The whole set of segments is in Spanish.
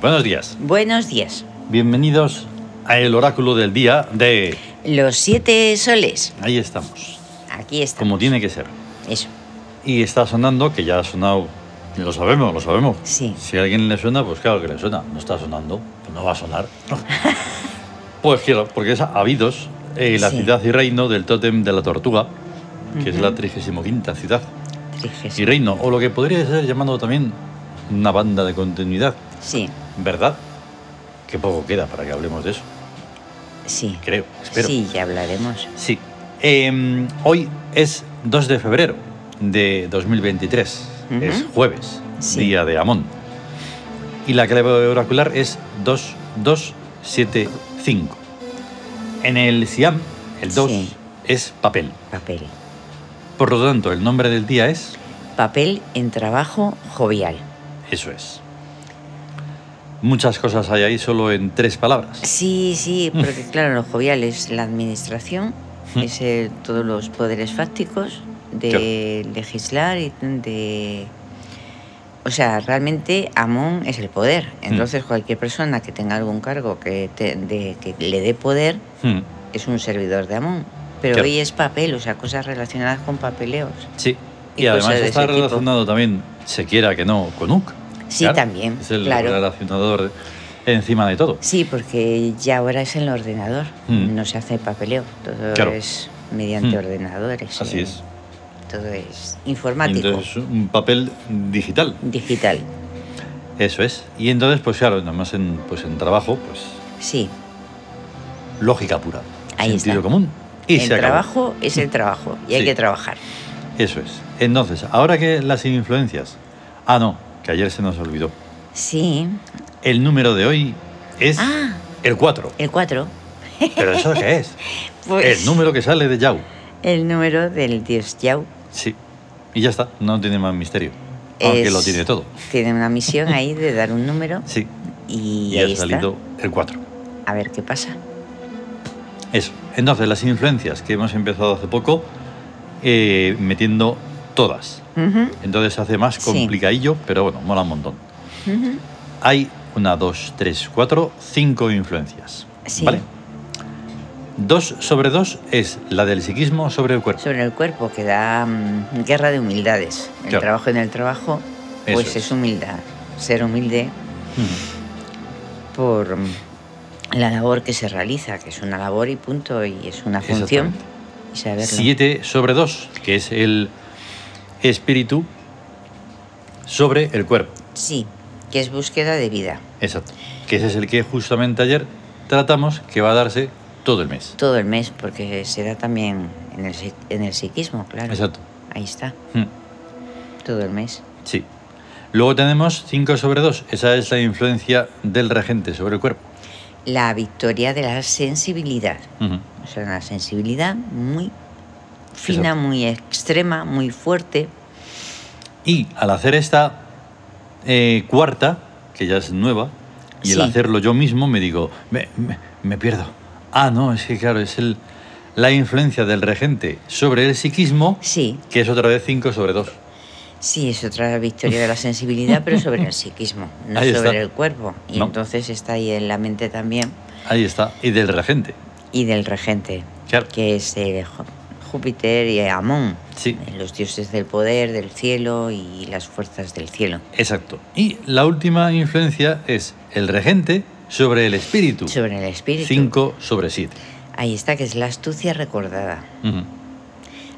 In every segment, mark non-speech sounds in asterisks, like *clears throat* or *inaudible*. Buenos días. Buenos días. Bienvenidos a el oráculo del día de... Los siete soles. Ahí estamos, Aquí está. como tiene que ser. Eso. Y está sonando, que ya ha sonado, lo sabemos, lo sabemos. Sí. Si a alguien le suena, pues claro que le suena. No está sonando, pues no va a sonar. *laughs* pues claro, porque es Abidos, eh, la Sí. ciudad y reino del tótem de la tortuga, que es Ujú. la 35 ciudad y Trigésimo. reino, o lo que podría ser llamado también una banda de continuidad, Sí, ¿verdad? Que poco queda para que hablemos de eso, sí. creo, espero. Sí, ya hablaremos. Sí. Eh, hoy es 2 de febrero de 2023. Ujú. Es jueves, Sí. día de Amón. Y la clave oracular es 2275. En el Siam, el 2 Sí. es papel. Papel. Por lo tanto, el nombre del día es. Papel en trabajo jovial. Eso es. Muchas cosas hay ahí solo en tres palabras. Sí, *laughs* sí, porque claro, lo jovial es la administración, Mm. es eh, todos los poderes fácticos de legislar y de... O sea, realmente Amón es el poder. Mm. Entonces cualquier persona que tenga algún cargo que, te- de- que le dé poder Hmm, es un servidor de Amón. Pero Claro. hoy es papel, o sea, cosas relacionadas con papeleos. Sí. Y, Y cosas además de está ese tipo. relacionado también, se quiera que no, con UC. Sí, también, Es el claro. relacionador encima de todo. Sí, porque ya ahora es en el ordenador, Mm. no se hace papeleo, todo Claro. es mediante Mm. ordenadores. Así eh, es. Todo es informático, Entonces, un papel digital. digital. Eso es. Y entonces, pues claro, nada más en, pues, en trabajo, pues Sí, lógica pura. Ahí sentido está. común. Y el se acabó. Hmm. trabajo es el trabajo y Sí. hay que trabajar. Eso es. Entonces, ahora que las influencias. Ah, no, que ayer se nos olvidó. Sí, El número de hoy es Ah. el 4. el 4. ¿Pero eso qué *laughs* es? Pues El número que sale de Yao. El número del dios Yau. Sí. Y ya está, no tiene más misterio. Aunque es- lo tiene todo. Tiene *laughs* una misión ahí de dar un número Sí. y, Y, ahí ha está. salido el 4. A ver qué pasa. Eso. Entonces, las influencias que hemos empezado hace poco, eh, metiendo todas. Ujú, Entonces hace más Sí. complicadillo, pero bueno, mola un montón. ujú. Hay una, dos, tres, cuatro, cinco influencias. Sí. ¿Vale? Dos sobre dos es la del psiquismo sobre el cuerpo. Sobre el cuerpo que da mm, guerra de humildades. El Claro. trabajo en el trabajo, Eso pues es. es. humildad. Ser humilde Ujú. por mm, la labor que se realiza, que es una labor y punto, y es una función. Exactamente. Y saberlo. Siete sobre dos, que es el espíritu sobre el cuerpo. Sí, que es búsqueda de vida Exacto. Que ese es el que justamente ayer tratamos que va a darse todo el mes. todo el mes, porque se da también en el, psi- en el psiquismo, claro. Exacto. Ahí está, Ujú. todo el mes. Sí. Luego tenemos 5 sobre 2. Esa es la influencia del regente sobre el cuerpo. La victoria de la sensibilidad. Ujú. O sea, una sensibilidad muy fina, Exacto. muy extrema, muy fuerte. Y al hacer esta eh, cuarta, que ya es nueva, y el Sí. hacerlo yo mismo me digo, me, me- me pierdo. Ah, no, es que claro, es el, la influencia del regente sobre el psiquismo, Sí, que es otra vez 5 sobre 2. Sí, es otra victoria de la sensibilidad, pero sobre *laughs* el psiquismo, no Ahí sobre está. el cuerpo. Y No. entonces está ahí en la mente también Ahí está. Y del regente. y del regente, Claro. que es eh, Ju- Júpiter y Amón, Sí. eh, los dioses del poder, del cielo y las fuerzas del cielo, Exacto. Y la última influencia es el regente sobre el espíritu. sobre el espíritu. 5 sobre 7. Ahí está, que es la astucia recordada. Ujú.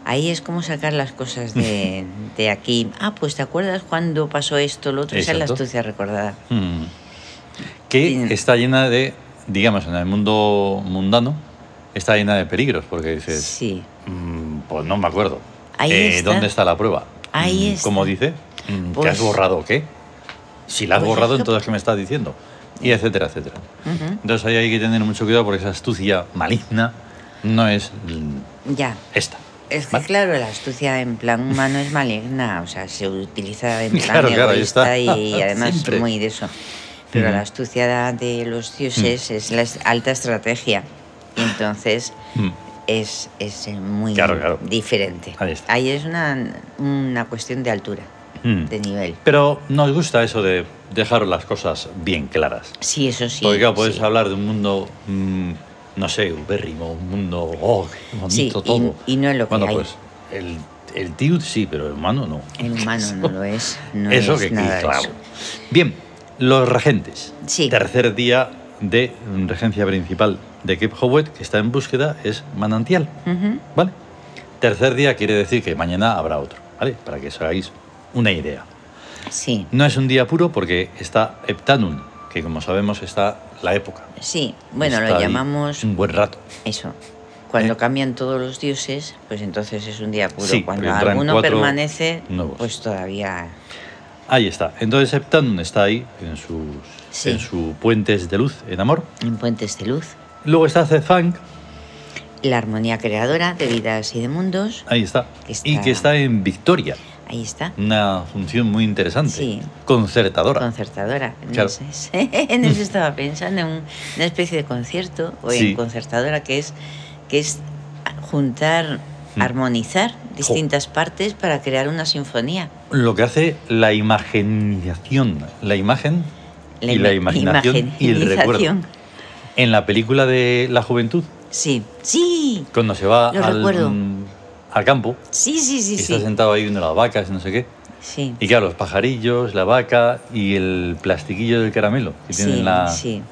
Ahí es como sacar las *laughs* cosas de, de aquí. Ah, pues te acuerdas cuando pasó esto, lo otro, esa es la Exacto. astucia recordada. Mm. Que Tiene- está llena de, digamos, en el mundo mundano, está llena de peligros, porque dices, Sí, mm, pues no me acuerdo. Ahí Eh, está. ¿Dónde está la prueba? Ahí Mm, está. ¿Cómo dice? Mm, ¿Que has Pues- borrado o qué? Si la has Pues borrado, eso. entonces ¿qué me estás diciendo? Y etcétera, etcétera. Ujú. Entonces ahí hay que tener mucho cuidado porque esa astucia maligna no es mm, ya. esta. Es que, ¿vale? claro, la astucia en plan humano es maligna, o sea, se utiliza en plan *laughs* Claro, claro, ahí egoísta está. *laughs* y, y además Siempre. muy de eso. Pero Ujú. la astucia de los dioses es la es- alta estrategia y entonces Mm, es, es eh, muy Claro, claro. diferente. Ahí está. es una, una cuestión de altura, mm. de nivel. Pero nos gusta eso de, dejar las cosas bien claras. Sí, eso sí. Porque claro, puedes sí. hablar de un mundo, mm, no sé, ubérrimo, un mundo, oh, qué bonito Sí, y- todo. y no es lo que bueno, hay. pues el, el tío sí, pero el humano no. El humano *laughs* no lo es. No eso es que nada de claro. eso. Bien, los regentes. Sí. Tercer día de regencia principal de Kip Howard, que está en búsqueda, es Manantial. Ujú. ¿Vale? Tercer día quiere decir que mañana habrá otro, ¿vale? Para que os hagáis una idea. Sí, No es un día puro porque está Heptanum, que como sabemos está la época. sí. Bueno, Está lo ahí llamamos Un buen rato. eso. Cuando ¿Eh? cambian todos los dioses, pues entonces es un día puro. Sí, Cuando porque entran alguno cuatro permanece, nuevos. pues todavía Ahí está. Entonces Heptanum está ahí en sus, Sí. en sus puentes de luz, en amor. en puentes de luz. Luego está Zefang, La armonía creadora de vidas y de mundos. ahí está. Que está- Y que está en Victoria. Ahí está. Una función muy interesante. Sí. Concertadora. Concertadora. en Claro. *laughs* eso es. en eso estaba pensando, en un- una especie de concierto o Sí. en concertadora que es, que es juntar, Mm. armonizar distintas partes para crear una sinfonía. Lo que hace la imaginación. La imagen y la ima- imaginación y el recuerdo. imaginación. En la película de la juventud, Sí, sí, cuando se va Lo al, recuerdo. al campo, sí, sí, sí. y está Sí, sentado ahí viendo las vacas, no sé qué. sí. Y claro, los pajarillos, la vaca y el plastiquillo del caramelo que tienen sí, en la, sí,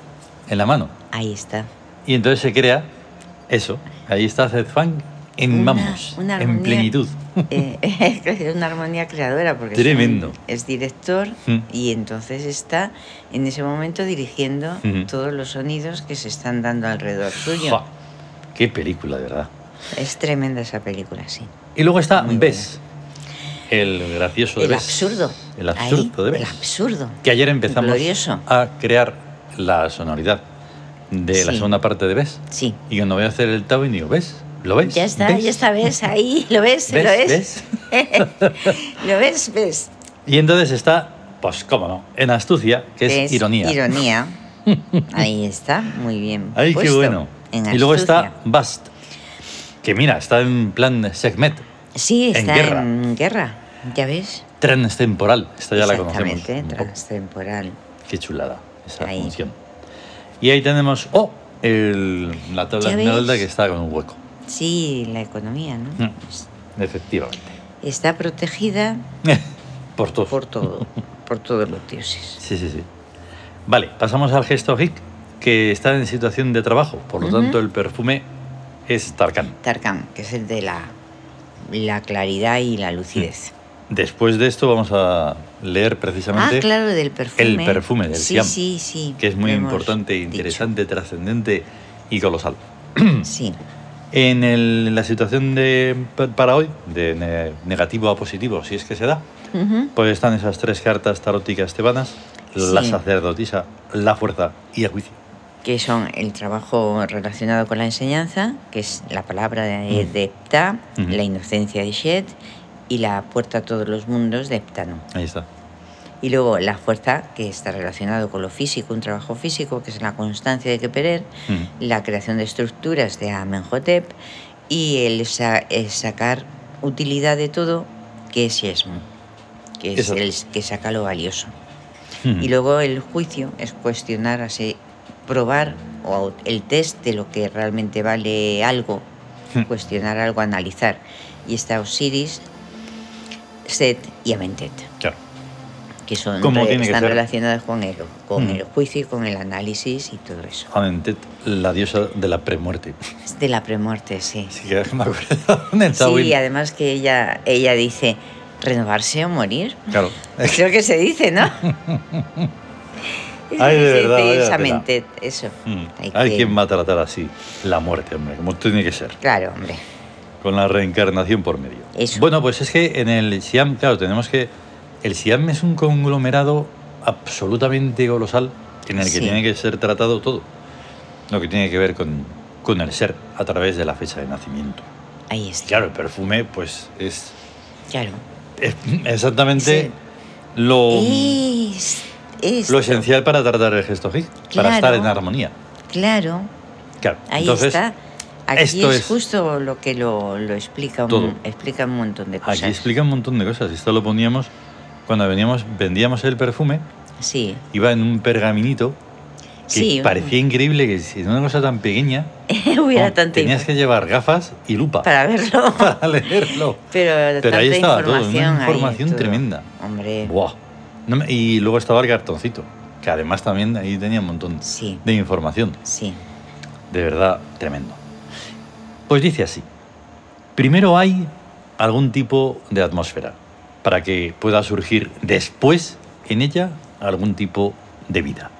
en la mano. *laughs* ahí está. Y entonces se crea eso. Ahí está Zed Fang en, Una- vamos, una en armonía. plenitud. Eh, *laughs* es una armonía creadora porque es un- Tremendo. es director Mm. y entonces está en ese momento dirigiendo Ujú. todos los sonidos que se están dando alrededor suyo. ¡Ja! ¡Qué película, de verdad! Es tremenda esa película, sí. Y luego está Muy Bess, el gracioso de El Bess. absurdo. El absurdo Ahí, de Bess. El absurdo. Que ayer empezamos Glorioso. a crear la sonoridad de la Sí. segunda parte de Bess. Sí. Y cuando voy a hacer el y digo, ¿ves? ¿Lo ves? Ya está, ¿Ves? ya está, ves ahí, lo ves, ¿Ves? lo ves. ¿Ves? *laughs* Lo ves, ves. Y entonces está, pues cómo no, en astucia, que es Ves, ironía. *laughs* Ironía. Ahí está, muy bien. Ay, qué puesto. bueno. En Y luego está astucia. Bast, que mira, está en plan segment, Sí, en está guerra. en guerra. Ya ves. transtemporal. Esta ya la conocemos. Exactamente, un poco. transtemporal. Qué chulada esa Ahí. función. Y ahí tenemos, oh, el- la tabla ¿Ya esmeralda ves? que está con un hueco. Sí, la economía, ¿no? Mm, Efectivamente. *laughs* Está protegida Por todos. *laughs* por todo, por todos los dioses. Sí, sí, sí. Vale, pasamos al gesto hic, que está en situación de trabajo. Por lo Ujú. tanto, el perfume es Tarkan. Tarkan, que es el de la, la claridad y la lucidez. Después de esto vamos a leer Ah, precisamente, claro, del perfume. el perfume del sí, Siam, Sí, sí, que es muy lo hemos importante, e dicho. interesante, trascendente y colosal. Sí, En el- la situación de, pa- para hoy, de ne- negativo a positivo, si es que se da, Ujú. pues están esas tres cartas taróticas tebanas, la Sí. sacerdotisa, la fuerza y el juicio. que son el trabajo relacionado con la enseñanza, que es la palabra de, de Ptah, Ujú. la inocencia de Shed y la puerta a todos los mundos de Ptano. Ahí está. Y luego la fuerza, que está relacionado con lo físico, un trabajo físico, que es la constancia de Keperer, Mm. la creación de estructuras de Amenhotep y el, sa- el sacar utilidad de todo, que es Yesmu, que es Eso. el que saca lo valioso. Mm. Y luego el juicio es cuestionar, así, probar o el test de lo que realmente vale algo, Hmm. cuestionar algo, analizar. Y está Osiris, Set y Amentet, Claro. que son ¿Cómo re- tiene que están ser? relacionadas con el, con Hmm. el juicio y con el análisis y todo eso. Amentet, la diosa de la premuerte. *laughs* Es de la premuerte, sí. Así que me acuerdo en el Sí, Tawil. y además que ella, ella dice, renovarse o morir. Claro. Creo que se dice, ¿no? Es lo Ay, que de se verdad, dice, vaya y esa tela. mente, eso. *laughs* Mm. Hay Hay que- quien va a tratar así la muerte, hombre, como tiene que ser, Claro, hombre. con la reencarnación por medio. Eso. Bueno, pues es que en el Siam, claro, tenemos que... El Siam es un conglomerado absolutamente colosal en el que Sí. tiene que ser tratado todo. Lo que tiene que ver con, con el ser a través de la fecha de nacimiento. Ahí Y está. claro, el perfume, pues es, Claro. es exactamente Sí. lo... Es, es- Oh. Lo esencial para tratar el gesto hic, para Claro. estar en armonía. Claro, Claro. ahí Entonces, está. Aquí esto es, es justo lo que lo, lo explica, todo. un, explica un montón de cosas. aquí explica un montón de cosas. Esto lo poníamos cuando veníamos, vendíamos el perfume Sí. Iba en un pergaminito que Sí. parecía increíble que si una cosa tan pequeña *laughs* Hubiera con- tanta tenías que llevar gafas y lupa para verlo. *laughs* para leerlo. Pero, Pero ahí tanta estaba todo, una información, ahí, información todo. tremenda. Hombre, Buah. No me- y luego estaba el cartoncito, que además también ahí tenía un montón sí, de información. sí. De verdad, tremendo. Pues dice así. Primero hay algún tipo de atmósfera para que pueda surgir después en ella algún tipo de vida.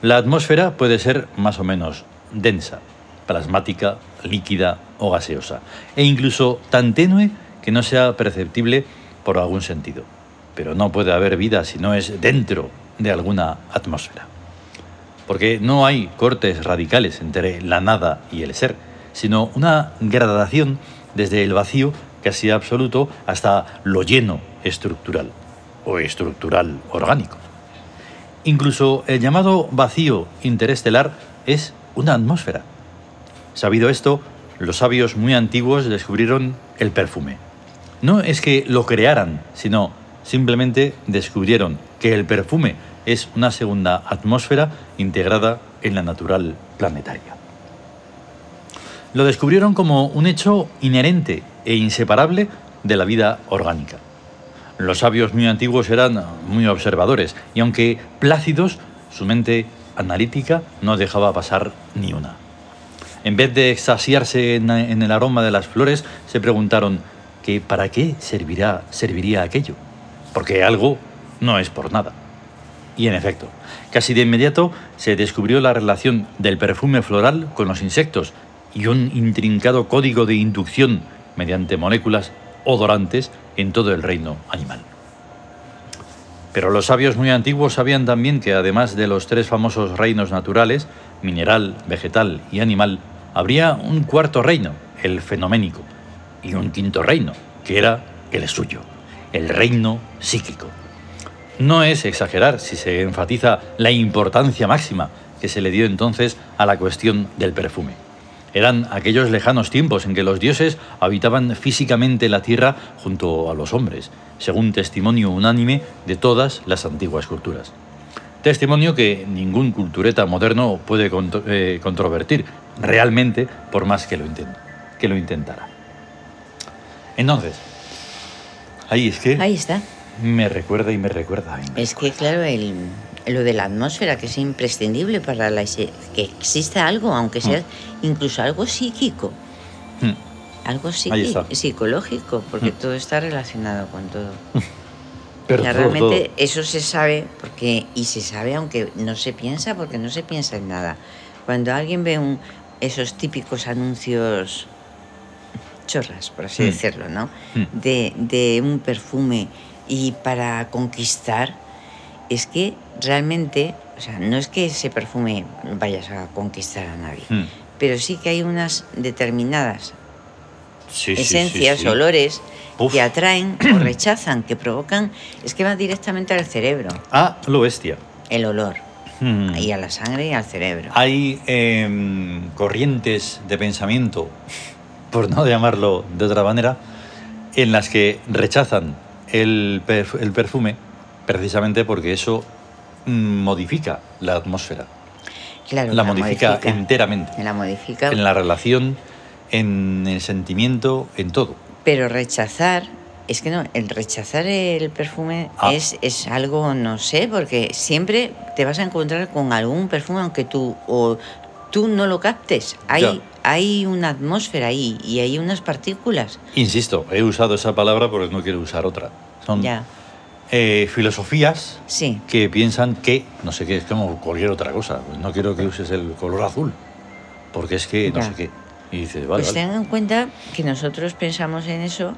La atmósfera puede ser más o menos densa, plasmática, líquida o gaseosa, e incluso tan tenue que no sea perceptible por algún sentido. Pero no puede haber vida si no es dentro de alguna atmósfera. Porque no hay cortes radicales entre la nada y el ser, sino una gradación desde el vacío casi absoluto hasta lo lleno estructural o estructural orgánico. Incluso el llamado vacío interestelar es una atmósfera. Sabido esto, los sabios muy antiguos descubrieron el perfume. No es que lo crearan, sino simplemente descubrieron que el perfume es una segunda atmósfera integrada en la natural planetaria. Lo descubrieron como un hecho inherente e inseparable de la vida orgánica. Los sabios muy antiguos eran muy observadores y aunque plácidos, su mente analítica no dejaba pasar ni una. En vez de extasiarse en, en el aroma de las flores, se preguntaron que para qué servirá, serviría aquello. Porque algo no es por nada. Y en efecto, casi de inmediato se descubrió la relación del perfume floral con los insectos y un intrincado código de inducción mediante moléculas odorantes en todo el reino animal. Pero los sabios muy antiguos sabían también que además de los tres famosos reinos naturales, mineral, vegetal y animal, habría un cuarto reino, el fenoménico, y un quinto reino, que era el suyo, el reino psíquico. No es exagerar si se enfatiza la importancia máxima que se le dio entonces a la cuestión del perfume. Eran aquellos lejanos tiempos en que los dioses habitaban físicamente la tierra junto a los hombres, según testimonio unánime de todas las antiguas culturas. Testimonio que ningún cultureta moderno puede contro- eh, controvertir realmente por más que lo, inten- que lo intentara. Entonces, ahí es que... Ahí está. Me recuerda y me recuerda. Es que, claro, el, lo de la atmósfera, que es imprescindible para la, ese- que exista algo, aunque sea incluso algo psíquico, Mm. algo psiqui- Ahí está. psicológico, porque Mm. todo está relacionado con todo. Pero O sea, todo, realmente eso se sabe porque y se sabe aunque no se piensa porque no se piensa en nada. Cuando alguien ve un, esos típicos anuncios chorras, por así Mm. decirlo, ¿no? Mm. De, de un perfume y para conquistar, es que realmente, o sea, no es que ese perfume vayas a conquistar a nadie, todo. Mm. pero sí que hay unas determinadas Sí, sí, sí, esencias, sí. olores Uf. que atraen *clears throat* o rechazan, que provocan, es que va directamente al cerebro, A Ah, lo bestia. el olor, Mm. Ah, y a la sangre y al cerebro. Hay em, corrientes de pensamiento, por no llamarlo de otra manera, en las que rechazan el, perf- el perfume precisamente porque eso mm, modifica la atmósfera. Claro, la modifica, enteramente. La modifica, En la relación, en el sentimiento, en todo. pero rechazar, es que no, el rechazar el perfume Ah. es, es algo, no sé, porque siempre te vas a encontrar con algún perfume, aunque tú, o tú no lo captes. Hay, hay una atmósfera ahí y hay unas partículas. Insisto, he usado esa palabra porque no quiero usar otra. Son Ya, eh, filosofías sí. que piensan que, no sé qué, es como cualquier otra cosa. Pues no quiero que uses el color azul, porque es que no Ya. sé qué. Y dices, vale, pues vale. tengan en cuenta que nosotros pensamos en eso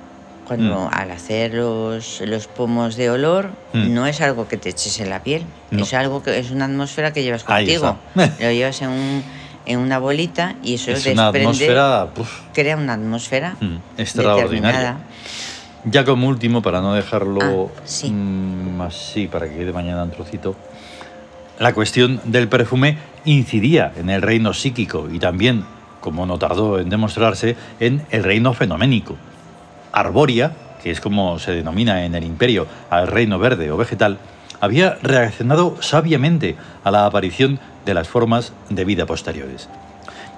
cuando Mm. al hacer los, los pomos de olor Mm. no es algo que te eches en la piel, No. es algo que es una atmósfera que llevas Ahí contigo. Lo llevas en, un- en una bolita y eso es desprende, una atmósfera puf, crea una atmósfera mm, extraordinaria. determinada. Ya como último, para no dejarlo Ah, sí. mm, así, para que quede mañana un trocito, la cuestión del perfume incidía en el reino psíquico y también, como no tardó en demostrarse, en el reino fenoménico. Arboria, que es como se denomina en el imperio al reino verde o vegetal, había reaccionado sabiamente a la aparición de las formas de vida posteriores.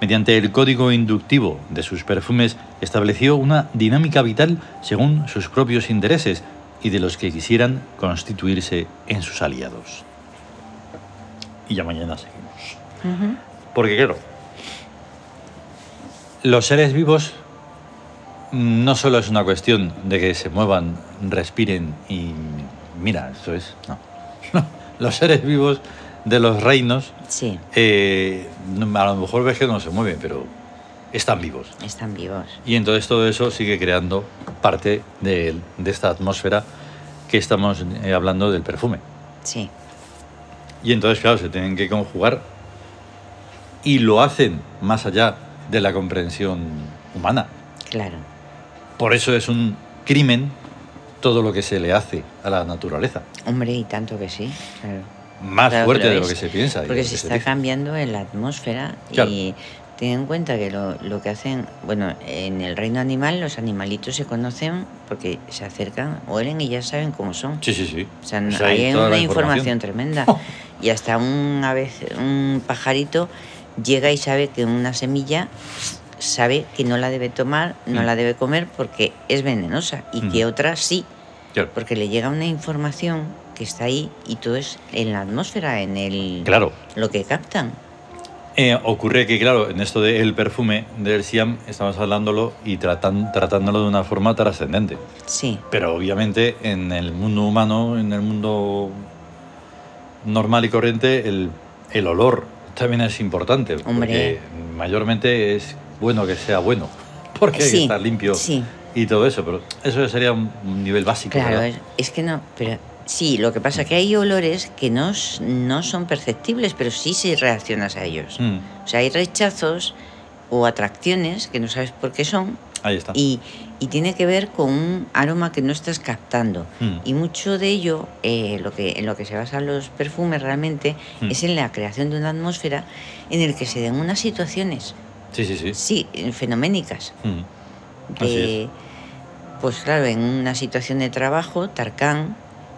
Mediante el código inductivo de sus perfumes estableció una dinámica vital según sus propios intereses y de los que quisieran constituirse en sus aliados. Y ya mañana seguimos. Ujú. Porque claro, los seres vivos mm, no solo es una cuestión de que se muevan, respiren y mira, eso es, no. *laughs* los seres vivos de los reinos, Sí, eh, a lo mejor ves que no se mueven, pero están vivos. están vivos. Y entonces todo eso sigue creando parte de, de esta atmósfera que estamos eh, hablando del perfume. Sí, Y entonces, claro, se tienen que conjugar y lo hacen más allá de la comprensión humana. claro. Por eso es un crimen todo lo que se le hace a la naturaleza. Hombre, y tanto que sí, claro. Más Claro que fuerte lo de lo es, que se piensa. y de Porque lo que se se está dice. cambiando en la atmósfera Claro. y ten en cuenta que lo, lo que hacen, bueno, en el reino animal los animalitos se conocen porque se acercan, huelen y ya saben cómo son. Sí, sí, sí. O sea, O no- sea, ahí hay toda la una información tremenda. *laughs* Oh. Y hasta un, ave, un pajarito llega y sabe que una semilla sabe que no la debe tomar, no Mm. la debe comer porque es venenosa y Mm. que otra sí, Claro. porque le llega una información que está ahí y todo es en la atmósfera, en el Claro. lo que captan. Eh, ocurre que, claro, en esto del perfume del Siam estamos hablándolo y tratan- tratándolo de una forma trascendente. Sí, Pero obviamente en el mundo humano, en el mundo normal y corriente, el, el olor también es importante. Hombre. Porque mayormente es bueno que sea bueno. *laughs* Porque hay que Sí, estar limpio sí. y todo eso. Pero eso sería un un nivel básico. claro, ¿verdad? es, es que no, pero sí, lo que pasa es que hay olores que no, s- no son perceptibles, pero sí se reaccionas a ellos. Mm, O sea, hay rechazos o atracciones que no sabes por qué son ahí está. y, y tiene que ver con un aroma que no estás captando. Mm. Y mucho de ello, eh, lo que, en lo que se basan los perfumes realmente, Mm. es en la creación de una atmósfera en la que se den unas situaciones, Sí, sí, sí. sí, eh, fenoménicas. Mm, Así De, Eh, pues claro, en una situación de trabajo, Tarkan,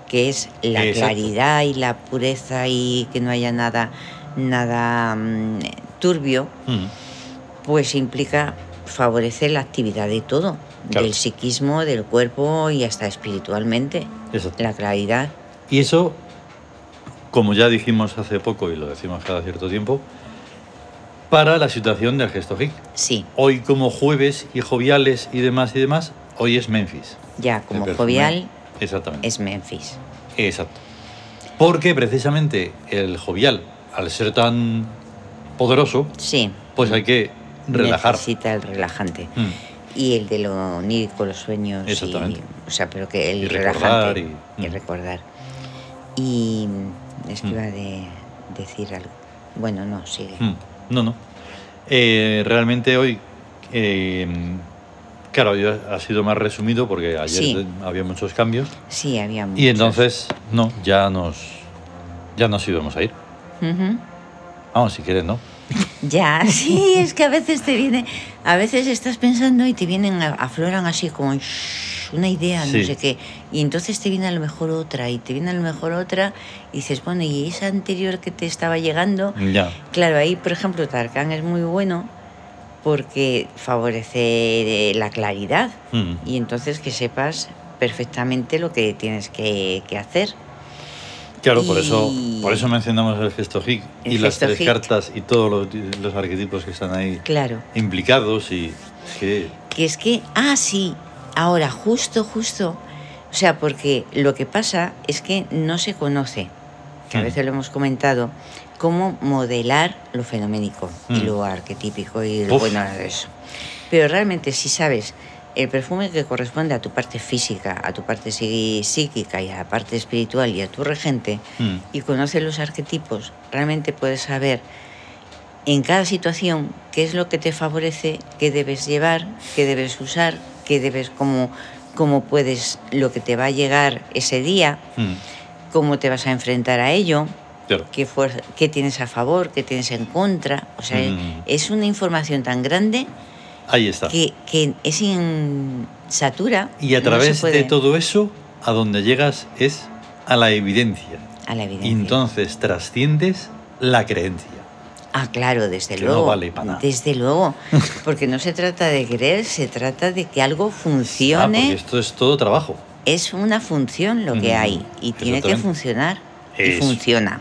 que es la Exacto. claridad y la pureza y que no haya nada, nada mm, turbio, mm, pues implica favorecer la actividad de todo, Claro. del psiquismo, del cuerpo y hasta espiritualmente. exacto. La claridad, Y eso, como ya dijimos hace poco y lo decimos cada cierto tiempo, para la situación del gesto hic. sí, Hoy como jueves y joviales y demás y demás, hoy es Memphis. ya El como perfume. jovial Exactamente. es Memphis. Exacto. Porque precisamente el jovial, al ser tan poderoso, Sí. pues hay que relajar. Necesita el relajante. Mm, Y el de lo onírico, los sueños. y- Exactamente. o sea, pero que el Y recordar relajante. y- Y, mm. recordar. Y mm, es que Mm. iba de decir algo. Bueno, no, sigue. mm. No, no. Eh, realmente hoy, eh, claro, yo ha sido más resumido porque ayer Sí. había muchos cambios. Sí, había muchos. Y entonces, no, ya nos, ya nos íbamos a ir. Ujú. Vamos, si quieres, ¿no? Ya, *laughs* sí, es que a veces te viene, a veces estás pensando y te vienen, a- afloran así como shhh, una idea, no Sí. sé qué, y entonces te viene a lo mejor otra, y te viene a lo mejor otra, y dices, bueno, y esa anterior que te estaba llegando, Ya. claro, ahí, por ejemplo, Tarkan es muy bueno porque favorece eh, la claridad, Mm. y entonces que sepas perfectamente lo que tienes que, que hacer. Claro, por eso, Y- por eso mencionamos el gesto hic El y las gesto tres hic. cartas y todos los, los arquetipos que están ahí Claro. implicados y es que que es que, ah, sí, ahora, justo, justo. O sea, porque lo que pasa es que no se conoce, que a Mm. veces lo hemos comentado, cómo modelar lo fenoménico y Mm. lo arquetípico y lo Uf. bueno de eso. Pero realmente, si sabes el perfume que corresponde a tu parte física, a tu parte psí- psíquica y a la parte espiritual y a tu regente, mm, y conoces los arquetipos, realmente puedes saber en cada situación qué es lo que te favorece, qué debes llevar, qué debes usar, qué debes cómo cómo puedes lo que te va a llegar ese día, mm, cómo te vas a enfrentar a ello, claro. qué fuer- qué tienes a favor, qué tienes en contra, o sea, Mm. es una información tan grande Ahí está. que, que es in- satura Y a no se través de puede- todo eso, a donde llegas es a la evidencia. a la Y evidencia. entonces trasciendes la creencia. Ah, claro, desde Que no luego. vale pa' nada. *laughs* Desde luego. Porque no se trata de creer, se trata de que algo Ah, porque funcione. esto es todo trabajo. Es una función lo que Ujú, hay y tiene que exactamente. funcionar. Y Eso. funciona.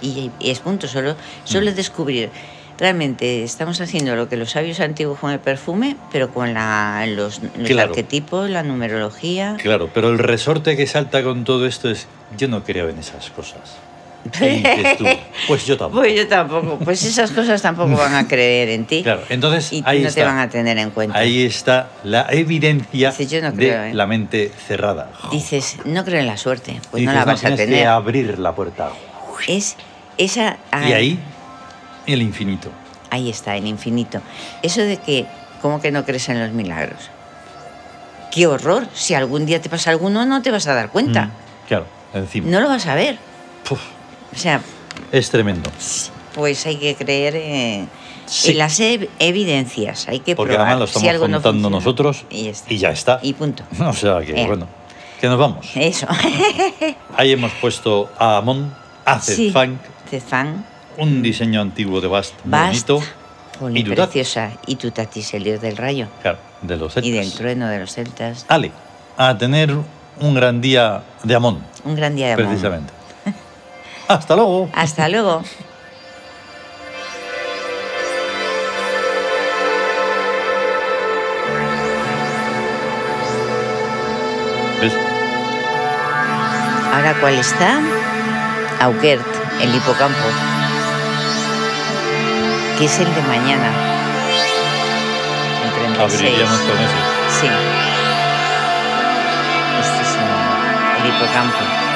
Y, y es punto, solo, solo Mm. es descubrir. Realmente estamos haciendo lo que los sabios antiguos con el perfume, pero con la, los, los Claro. arquetipos, la numerología. Claro, pero el resorte que salta con todo esto es, yo no creo en esas *laughs* cosas. ¿Qué dices tú? Pues yo tampoco. Pues yo tampoco, pues esas cosas tampoco van a creer en ti Claro, entonces y ahí no te está. van a tener en cuenta. Ahí está la evidencia Dices, yo no de creo, ¿eh? la mente cerrada. Dices, no creo en la suerte, pues Dices, no la vas a tienes que tener. abrir la puerta. Es esa Y ahí, el infinito. ahí está el infinito. Eso de que cómo que no crees en los milagros. Qué horror, si algún día te pasa alguno no te vas a dar cuenta. Mm, claro, encima. No lo vas a ver. Puf, O sea, es tremendo. pues hay que creer en, Sí. en las ev- evidencias, hay que Porque probar. además lo estamos si algo no contando funciona. nosotros y ya está. y ya está. Y punto. *laughs* *laughs* O sea que, Eh. bueno, que nos vamos. Eso. Ahí hemos puesto a Amon, a Sí. Funk, Este Cezán, un diseño antiguo de Bast, Bast, bonito. Jolín, Y Dutat. preciosa, y tu tatis, el dios del rayo, Claro, de los y celtas. del trueno de los celtas. Ale, a tener un gran día de Amon, Un gran día de amor. *laughs* precisamente. Hasta luego. Hasta luego. Ah, ¿Ves? Ahora, ¿cuál está? Aukert, el hipocampo, que es el de mañana. El 36. Abriríamos con eso. Sí. Este es el, el hipocampo.